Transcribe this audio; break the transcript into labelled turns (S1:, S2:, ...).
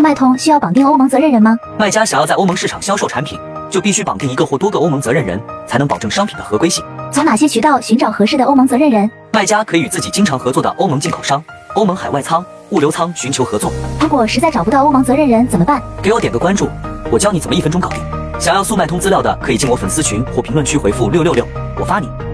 S1: 卖通需要绑定欧盟责任人吗？
S2: 卖家想要在欧盟市场销售产品，就必须绑定一个或多个欧盟责任人，才能保证商品的合规性。
S1: 从哪些渠道寻找合适的欧盟责任人？
S2: 卖家可以与自己经常合作的欧盟进口商、欧盟海外仓、物流仓寻求合作。
S1: 如果实在找不到欧盟责任人怎么办？
S2: 给我点个关注，我教你怎么一分钟搞定。想要速卖通资料的，可以进我粉丝群或评论区回复六六六，我发你。